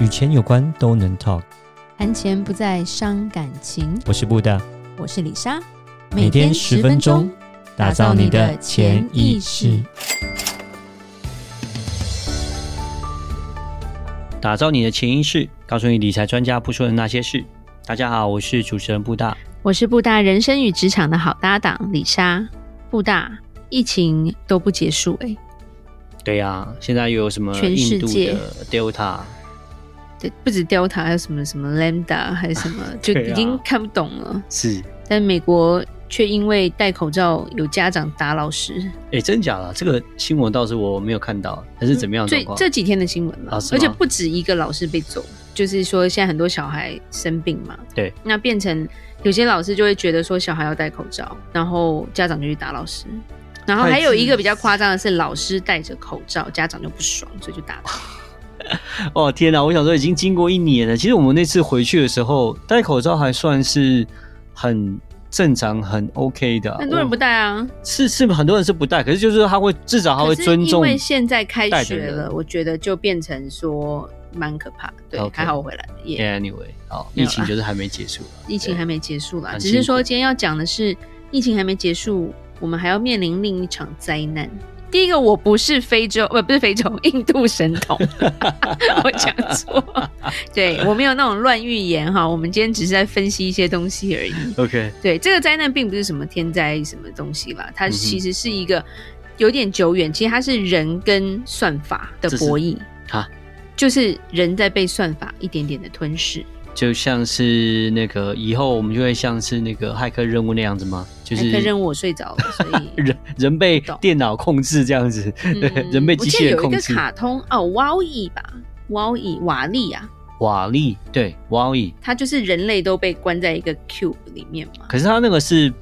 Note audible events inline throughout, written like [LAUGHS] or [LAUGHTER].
与钱有关都能 talk。谈钱不再伤感情。我是布大，我是李莎，每天十分钟，打造你的潜意识，打造你的潜意识，告诉你理财专家不说的那些事。大家好，我是主持人布大。我是布大人生与职场的好搭档李莎。布大，疫情都不结束哎、对呀、现在又有什么全世印度界的 Delta？对，不止 Delta，还有什么什么 Lambda，还有什 [LAUGHS] 么，就对啊已经看不懂了。是，但美国却因为戴口罩有家长打老师，哎，真假的？这个新闻倒是我没有看到，还是怎么样的状嗯最况？这几天的新闻嘛啊，是吗而且不止一个老师被揍，就是说现在很多小孩生病嘛，对，那变成有些老师就会觉得说小孩要戴口罩，然后家长就去打老师。然后还有一个比较夸张的是，老师戴着口罩，家长就不爽，所以就打他。哦天哪！我想说已经经过一年了。其实我们那次回去的时候，戴口罩还算是很正常、很 OK 的啊。很多人不我戴啊，是是很多人是不戴，可是就是他会至少哦他会可是尊因重。为现在开戴的学人了，我觉得就变成说蛮可怕的。对 OK 还好我回来了，也、 Anyway，好，没疫有啦情就是还没结束啊，疫情对还没结束啦，很只辛是苦说今天要讲的是，疫情还没结束，我们还要面临另一场灾难。第一个，我不是非洲，呃不不是非洲，印度神童， [LAUGHS] 我讲错，对我没有那种乱预言哈，我们今天只是在分析一些东西而已。 OK，对，这个灾难并不是什么天灾什么东西啦，它嗯哼其实是一个有点久远，其实它是人跟算法的这是博弈啊，就是人在被算法一点点的吞噬。就像是那个以后我们就会像是那个骇客任务那样子吗？就骇是客哎任务我睡着了，所以 [LAUGHS] 人人被懂电脑控制这样子，嗯 [LAUGHS] 人被机器人控我记得有一个制。卡通哦，瓦伊吧，瓦伊瓦力啊，瓦力对瓦力，它就是人类都被关在一个 cube 里面嘛。可是他那个是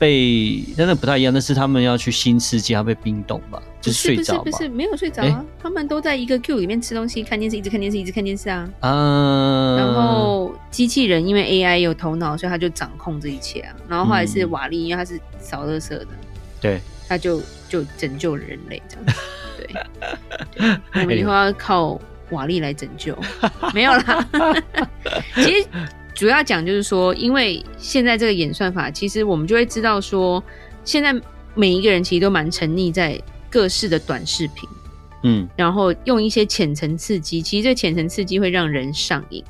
被，但那不太一样，那是他们要去新世界，他被冰冻吧，就不是睡不是着不吧。是没有睡着诶啊，他们都在一个 cube 里面吃东西、看电视，一直看电视，一直看电视啊。嗯，然后机器人因为 AI 有头脑，所以它就掌控这一切啊。然后后来是嗯瓦力，因为它是扫垃圾的，对，它就就拯救了人类这样子。 [LAUGHS] 对，对我哎们以呦后要靠瓦力来拯 [LAUGHS] 救，没有啦。 [LAUGHS] 其实主要讲就是说，因为现在这个演算法，其实我们就会知道说，现在每一个人其实都蛮沉溺在各式的短视频，嗯，然后用一些浅层刺激，其实这浅层刺激会让人上瘾。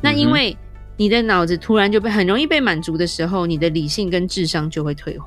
那嗯因哼为你的脑子突然就被很容易被满足的时候，你的理性跟智商就会退化，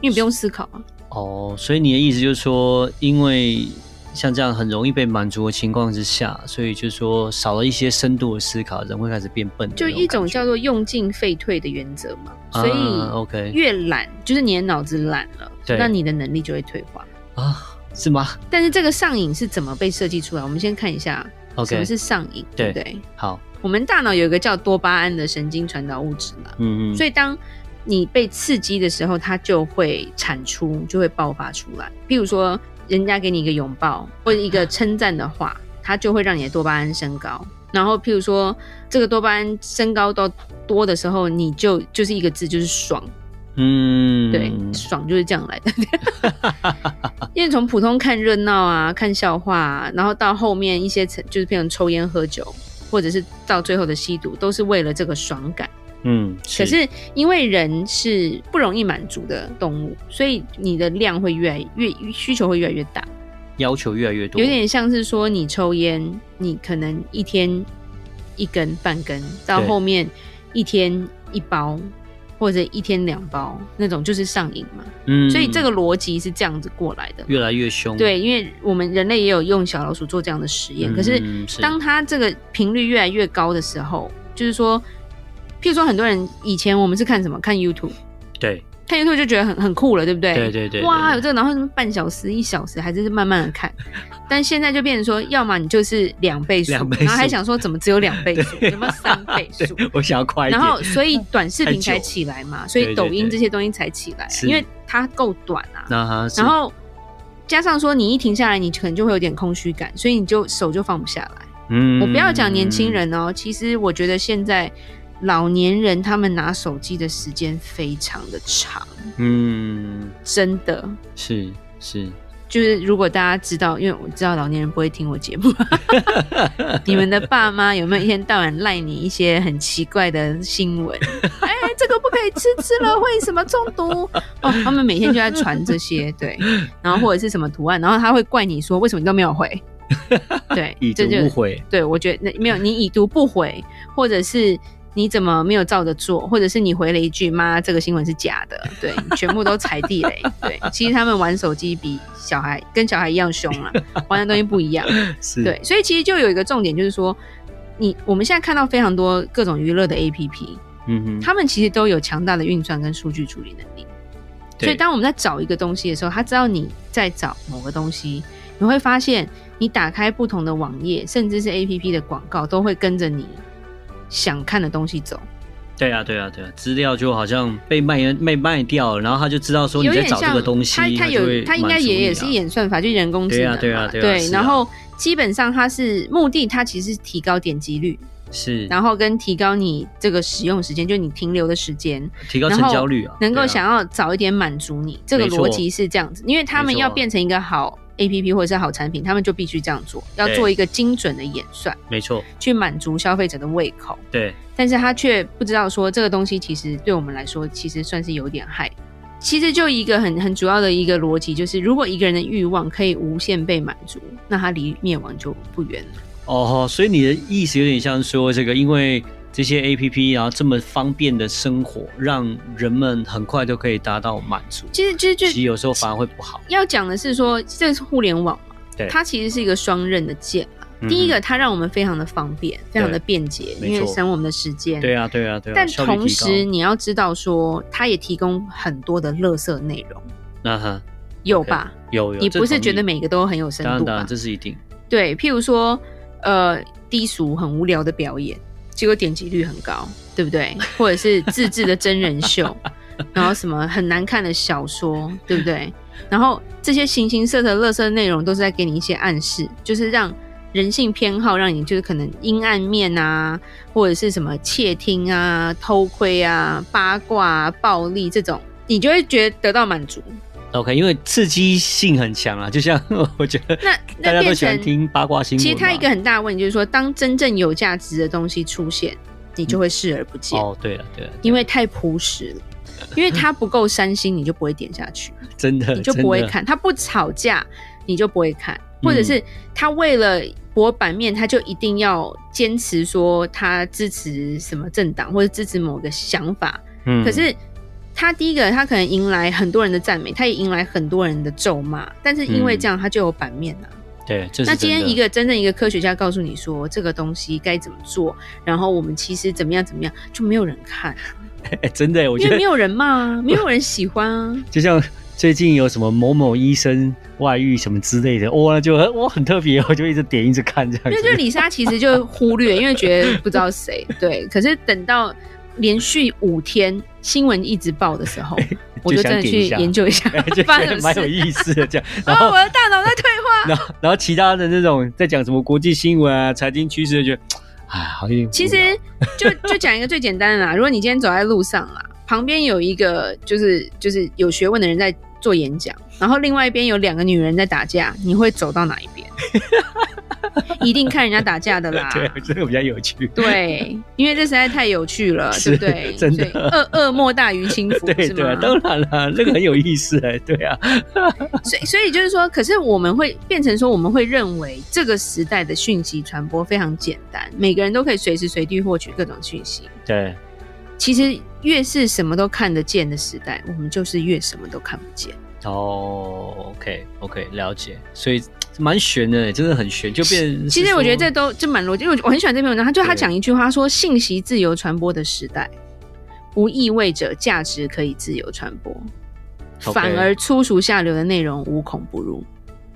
因为不用思考啊。哦，所以你的意思就是说，因为像这样很容易被满足的情况之下，所以就是说少了一些深度的思考，人会开始变笨的那就感觉，一种叫做用进废退的原则嘛。所啊以 OK 越懒，就是你的脑子懒了，对那你的能力就会退化。啊，是吗但是这个上瘾是怎么被设计出来？我们先看一下什？OK，么是上瘾，对不对？好，我们大脑有一个叫多巴胺的神经传导物质嘛，嗯嗯，所以以当你被刺激的时候，它就会产出，就会爆发出来。譬如说，人家给你一个拥抱或者一个称赞的话，它就会让你的多巴胺升高。然后，譬如说，这个多巴胺升高到多的时候，你就就是一个字，就是爽。嗯，对，爽就是这样来的。因为从普通看热闹啊，看笑话、啊，然后到后面一些就是变成抽烟、喝酒，或者是到最后的吸毒，都是为了这个爽感。嗯，可是因为人是不容易满足的动物，所以你的量会越来越需求会越来越大，要求越来越多，有点像是说你抽烟，你可能一天一根半根，到对后面一天一包或者一天两包那种就是上瘾嘛，嗯，所以这个逻辑是这样子过来的。越来越凶，对，因为我们人类也有用小老鼠做这样的实验，嗯，可是是当它这个频率越来越高的时候，就是说，譬如说很多人以前我们是看什么？看 YouTube，对看 YouTube 就觉得很很酷了，对不对？对对对，哎哇，有对这个，然后什么半小时、一小时，还真是慢慢的看。但现在就变成说，要么你就是两倍速，两倍然后还速想说怎么只有两倍速，有没有三倍速？ [LAUGHS] 对我想要快一然点，后所以短视频太久才起来嘛，所以对对抖音对这些东西才起来啊，是因为它够短啊。那哈是然后加上说你一停下来，你可能就会有点空虚感，所以你就手就放不下来。嗯我不要讲年轻，人哦，其实我觉得现在老年人他们拿手机的时间非常的长，嗯，真的。是是，就是如果大家知道，因为我知道老年人不会听我节目，你们的爸妈有没有一天到晚赖你一些很奇怪的新闻？哎，这个不可以吃，吃了会什么中毒？哦，他们每天就在传这些，对，然后或者是什么图案，然后他会怪你说为什么你都没有回？ [LAUGHS] 对已，这读就不回，对我觉得那没有你已读不回，或者是你怎么没有照着做，或者是你回了一句“妈，这个新闻是假的”，对，全部都踩地雷。对，其实他们玩手机比小孩跟小孩一样凶啊，玩的东西不一样。是，对，所以其实就有一个重点，就是说你我们现在看到非常多各种娱乐的 APP，嗯哼，他们其实都有强大的运算跟数据处理能力。所对以当我们在找一个东西的时候，他知道你在找某个东西，你会发现你打开不同的网页，甚至是 APP 的广告，都会跟着你想看的东西走。对啊，对啊，对啊，资料就好像被卖被卖掉了，然后他就知道说你有在点找这像个东西，它它就会有它应该满足也你也啊是演算法，就是人工智对能啊嘛。对啊对啊是啊然后基本上它是目的，它其实是提高点击率，是，然后跟提高你这个使用时间，就你停留的时间。提高然成后交率啊，能够对啊想要早一点满足你，这个没错逻辑是这样子，因为他们没错要变成一个好 A P P 或者是好产品，他们就必须这样做，要对做一个精准的演算，没错，去满足消费者的胃口。对，但是他却不知道说这个东西其实对我们来说其实算是有点害。其实就一个很很主要的一个逻辑，就是如果一个人的欲望可以无限被满足，那他离灭亡就不远了。哦，所以你的意思有点像说这个，因为这些 A P P 然后这么方便的生活，让人们很快就可以达到满足，其实其实就其实有时候反而会不好。要讲的是说，这是互联网嘛，对它其实是一个双刃的剑。嗯第一个，它让我们非常的方便，非常的便捷，没因为错省我们的时间。嗯哼，对啊，对啊，对啊，但效率同提高时，你要知道说，它也提供很多的垃圾内容，啊哈，有吧？有有，你这不是同觉得意每个都很有深当然度当然吧？这是一定，对，譬如说，呃，低俗很无聊的表演，结果点击率很高，对不对？或者是自制的真人秀，然后什么很难看的小说，对不对？然后这些形形色色的垃圾内容都是在给你一些暗示，就是让人性偏好，让你就是可能阴暗面啊，或者是什么窃听啊、偷窥啊、八卦啊、暴力这种，你就会觉得得到满足。 OK，因为刺激性很强啊，就像 [LAUGHS] 我觉得那大那家都变喜成欢听八卦新闻嘛。其实它一个很大的问题就是说，当真正有价值的东西出现，你就会视而不见，嗯哦，对了对了，因为太朴实了。因为它不够伤心，你就不会点下去， [LAUGHS] 真的嗯你就不会，看；它不吵架，你就不会看。或者是他为了博版面，他就一定要坚持说他支持什么政党或者支持某个想法。真的嗯可是他第一个，他可能迎来很多人的赞美，他也迎来很多人的咒骂，但是因为嗯这样，他就有版面了。对，这是那今真天的一个真正一个科学家告诉你说这个东西该怎么做，然后我们其实怎么样怎么样，就没有人看， [LAUGHS] 哎真的，我因觉为得没有人骂 [LAUGHS] 啊，没有人喜欢啊。就像最近有什么某某医生外遇什么之类的，哇、就很我很特别， [LAUGHS] 我就一直点一直看这样因为就子。 [LAUGHS] 李莎其实就忽略，因为觉得不知道谁 [LAUGHS] 对，可是等到连续五天新闻一直报的时候，我就真 [LAUGHS] 就想的点去一下研究一 [LAUGHS] 下哎就发觉生得什么蛮有事。意思的，这 [LAUGHS] 样，然哦，后我的大脑在退化。然后然后其他的那种在讲什么国际新闻啊、财经趋势，就觉得，哎，好像有点无聊其实就就讲一个最简单的啦，如果你今天走在路上啦，旁边有一个就是就是有学问的人在做演讲，然后另外一边有两个女人在打架，你会走到哪一 [LAUGHS] 边？一定看人家打架的啦。 [LAUGHS] 对这个比较有趣，对，因为这实在太有趣了，对是不对？真的所以恶恶莫大于轻浮， [LAUGHS] 对是对啊吗，？当然了，那个很有意思哎，对啊，所以所以就是说，可是我们会变成说，我们会认为这个时代的讯息传播非常简单，每个人都可以随时随地获取各种讯息。对，其实越是什么都看得见的时代，我们就是越什么都看不见。哦，OK OK，了解，所以蛮悬的，真的很悬，就变成是其实我觉得这说都这蛮逻辑，因为我我很喜欢这篇文章，他就他对讲一句话他说：“信息自由传播的时代，不意味着价值可以自由传播， OK 反而粗俗下流的内容无孔不入。”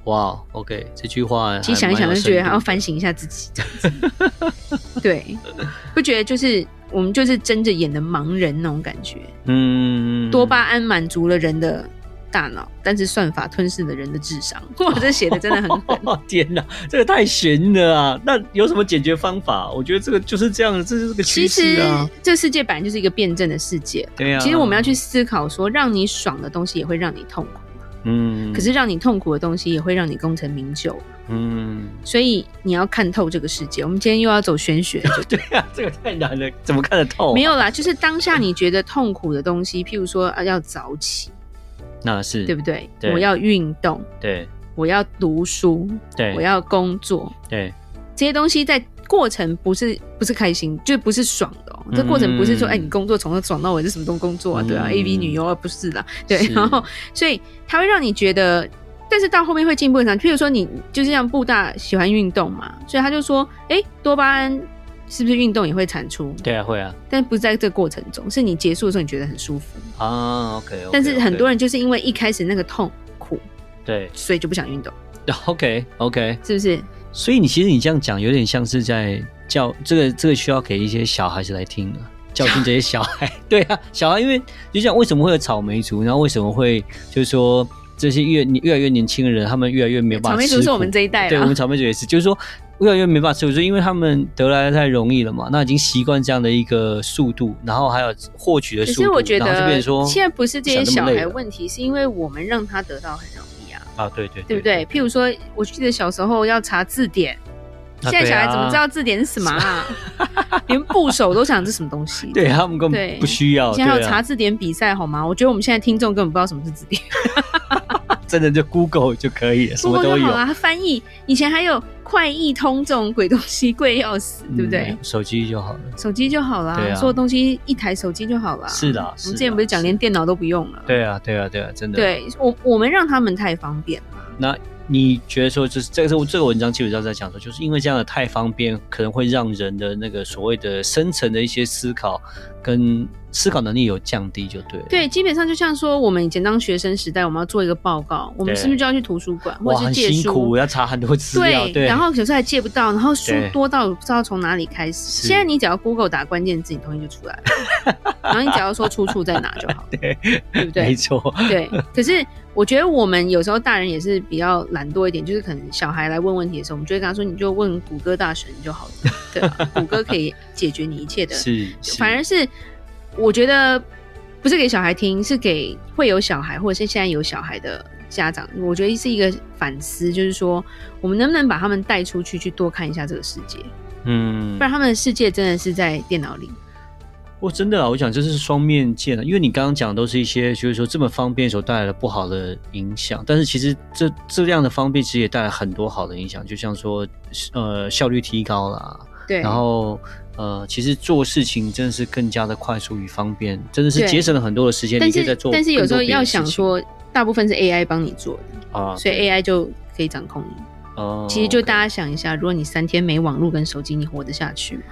哇，OK，这句话其实想一想就觉得还要反省，省一下自己这样子。对，不觉得就是我们就是睁着眼的盲人那种感觉，嗯，多巴胺满足了人的大脑，但是算法吞噬了人的智商。 [LAUGHS] 哇，这写的真的很 [LAUGHS] 狠。哦 [LAUGHS] 天哪，这个太悬了啊！那有什么解决方法？我觉得这个就是这样，这就是个趋其势实啊。这世界本来就是一个辩证的世界。对啊，其实我们要去，思考说，让你爽的东西也会让你痛苦。嗯，可是让你痛苦的东西也会让你功成名就，嗯， [LAUGHS] 所以你要看透这个世界。我们今天又要走玄学，就对呀、这个太难了，怎么看得透、没，有啦，就是当下你觉得痛苦的东西，譬如说啊，要早起，那是对不对？嗯对我要运动，对我要读书，对，我要工作，对这些东西在过程不是不是开心，就不是爽的、哦。这嗯过程不是说，哎、你工作从头爽到尾，这什么东工作啊？对啊嗯，A V 女优啊，不是啦，对是。然后，所以它会让你觉得，但是到后面会进步很长。譬如说你，就是像布大喜欢运动嘛，所以他就说，哎、多巴胺是不是运动也会产出？对啊，会啊但不是在这个过程中，是你结束的时候你觉得很舒服。啊，OK，, 但是很多人人就是因为一开始那个痛苦，对 [LAUGHS] 所以就不想运动， ，OK OK，是不是？所以你其实你这样讲有点像是在教这个这个需要给一些小孩子来听的。教训这些小 [LAUGHS] 孩，对啊，小孩因为就像为什么会有草莓族，然后为什么会就是说这些越你越来越年轻的人，他们越来越没有办草法吃莓苦。族是我们这一代对我啦们，草莓族也是，就是说越来越没办法吃苦，就是因为他们得来太容易了嘛，那已经习惯这样的一个速度，然后还有获取的可速是度，我觉然后就变得成说现在不是这些小想那么累孩了问题，是因为我们让他得到很容易啊，啊，对对对不对？譬如说，我记得小时候要查字典，现在小孩怎么知？啊道字典是什 [LAUGHS] 么啊？连部首都想这什么东西？对啊对他们根对本不需要，现在还有对啊查字典比赛好吗？我觉得我们现在听众根本不知道什么是字典，真的就 Google 就可以了，什么 Google 都就有好，啦。它翻译以前还有快译通这种鬼东西，贵要死，对不对嗯？？手机就好了，手机就好啦，对啊所有东西一台手机就好啦。是的，我我们之前不是讲连电脑都不用了？对啊，对啊，对啊，真的。，对，我我们让他们太方便了。那你觉得说，就是这个是这个文章基本上在讲说，就是因为这样的太方便，可能会让人的那个所谓的深层的一些思考跟思考能力有降低，就对了。对，基本上就像说，我们以前当学生时代，我们要做一个报告，我们对是不是就要去图书馆或哇，者是很借辛苦，书？要查很多资料，对，对，然后有时候还借不到，然后书对多到不知道从哪里开始。是现在你只要 Google 打关键字，你东西就出来了，然后你只要说出处在哪就好了， [LAUGHS] 对，对不 [LAUGHS] 没对？错，对。可是我觉得我们有时候大人也是比较懒惰一点，就是可能小孩来问问题的时候，我们就会跟他说：“你就问谷歌大神就好了，对啊，谷歌可以解决你一切的是是，反而是我觉得不是给小孩听，是给会有小孩或者是现在有小孩的家长，我觉得是一个反思，就是说我们能不能把他们带出去，去多看一下这个世界，嗯不，然他们的世界真的是在电脑里。我真的啊，我想这是双面剑啊，因为你刚刚讲的都是一些就是说这么方便所带来的不好的影响，但是其实这这样的方便其实也带来很多好的影响，就像说呃效率提高啦，对，然后呃其实做事情真的是更加的快速与方便，真的是对节省了很多的时间，但你可以在是做但是有时候更多别的要想事情说，大部分是 AI 帮你做的，啊，所以 AI 就可以掌控你。哦其实就 OK 大家想一下，如果你三天没网络跟手机，你活得下去吗？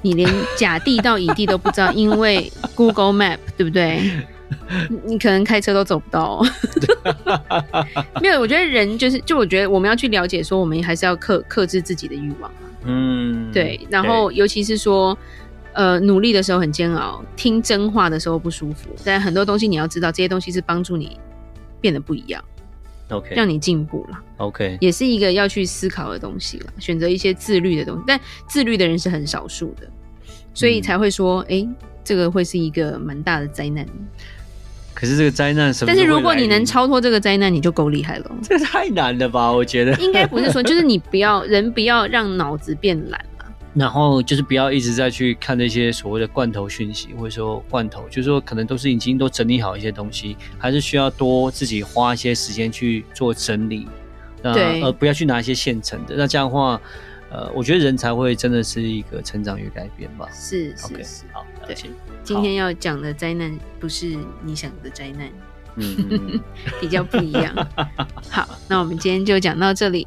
你连甲地到乙地都不知道，因为 Google Map 对不对？你你可能开车都走不到、哦。 [LAUGHS] 没有，我觉得人就是，就我觉得我们要去了解，说我们还是要克克制自己的欲望。嗯对，然后尤其是说，呃，努力的时候很煎熬，听真话的时候不舒服，但很多东西你要知道，这些东西是帮助你变得不一样， OK 让你进步了。 OK 也是一个要去思考的东西了，选择一些自律的东西，但自律的人是很少数的，所以嗯才会说，哎、这个会是一个蛮大的灾难。可是这个灾难什么？但是如果你能，超脱这个灾难，你就够厉害了哦。这太难了吧？我觉得。应该不是说，就是你不要人不要让脑子变懒了。然后就是不要一直在去看那些所谓的罐头讯息，或者说罐头，就是说可能都是已经都整理好一些东西，还是需要多自己花一些时间去做整理，那对呃不要去拿一些现成的，那这样的话，呃，我觉得人才会真的是一个成长与改变吧。是是 OK，是，好，了对解，今天要讲的灾难不是你想的灾难，嗯嗯嗯比较不一样。 [LAUGHS] 好，那我们今天就讲到这里。